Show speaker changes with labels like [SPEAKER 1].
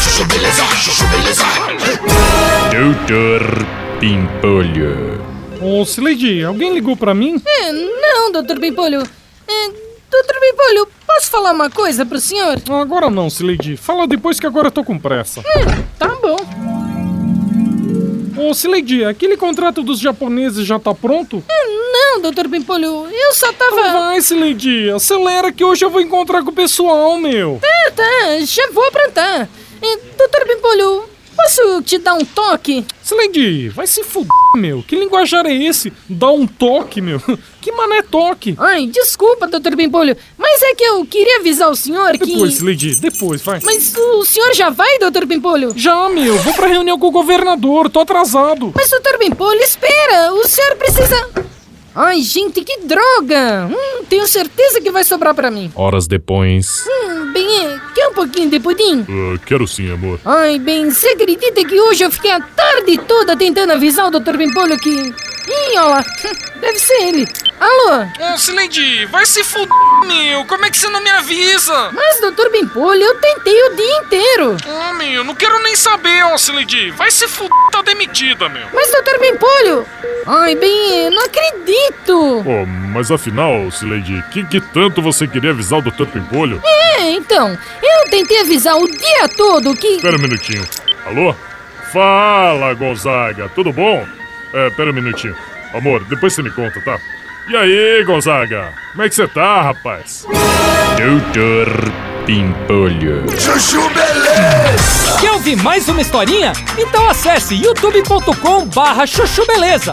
[SPEAKER 1] chuchu beleza, chuchu beleza.
[SPEAKER 2] Doutor Pimpolho.
[SPEAKER 3] Ô, Sileidi, alguém ligou pra mim?
[SPEAKER 4] É, não, doutor Pimpolho. É, doutor Pimpolho, posso falar uma coisa pro senhor?
[SPEAKER 3] Ah, Agora não, Sileidi. Fala depois que agora eu tô com pressa.
[SPEAKER 4] Tá bom.
[SPEAKER 3] Ô, Sileidi, aquele contrato dos japoneses já tá pronto?
[SPEAKER 4] É, não, doutor Pimpolho, eu só
[SPEAKER 3] Então
[SPEAKER 4] tava...
[SPEAKER 3] vai, Sileidi, acelera que hoje eu vou encontrar com o pessoal, meu.
[SPEAKER 4] É, tá, já vou aprontar. É, doutor Pimpolho, posso te dar um toque?
[SPEAKER 3] Sileidi, vai se fuder, meu. Que linguajar é esse? Dá um toque, meu. Que mané toque?
[SPEAKER 4] Ai, desculpa, doutor Pimpolho, mas é que eu queria avisar o senhor que...
[SPEAKER 3] Depois, Sileidi, depois, vai.
[SPEAKER 4] Mas o senhor já vai, doutor Pimpolho?
[SPEAKER 3] Já, meu, vou pra reunião com o governador, tô atrasado.
[SPEAKER 4] Mas, doutor Bimpolho, espera! O senhor precisa. Ai, gente, que droga! Hum, tenho certeza que vai sobrar pra mim.
[SPEAKER 2] Horas depois.
[SPEAKER 4] Hum, bem, é, quer um pouquinho de pudim?
[SPEAKER 2] Ah, quero sim, amor.
[SPEAKER 4] Ai, bem, você acredita que hoje eu fiquei a tarde toda tentando avisar o doutor Bimpolho que. Ih, olha lá. Deve ser ele. Alô?
[SPEAKER 3] Ô, Sileidi, vai se fuder, meu. Como é que você não me avisa?
[SPEAKER 4] Mas, doutor Bimpolho, eu tentei o dia inteiro.
[SPEAKER 3] Ah, meu, não quero nem saber, ó, Sileidi. Vai se fuder, tá demitida, meu.
[SPEAKER 4] Mas, doutor Bimpolho. Ai, bem, não acredito.
[SPEAKER 2] Oh, mas afinal, Sileidi, que, que tanto você queria avisar o Dr. Pimpolho?
[SPEAKER 4] É, então, eu tentei avisar o dia todo que.
[SPEAKER 2] Espera um minutinho. Alô? Fala, Gonzaga, tudo bom? É, pera um minutinho. Amor, depois você me conta, tá? E aí, Gonzaga? Como é que você tá, rapaz? Doutor Pimpolho.
[SPEAKER 1] Chuchu beleza.
[SPEAKER 5] Quer ouvir mais uma historinha? Então acesse youtube.com barra chuchu beleza.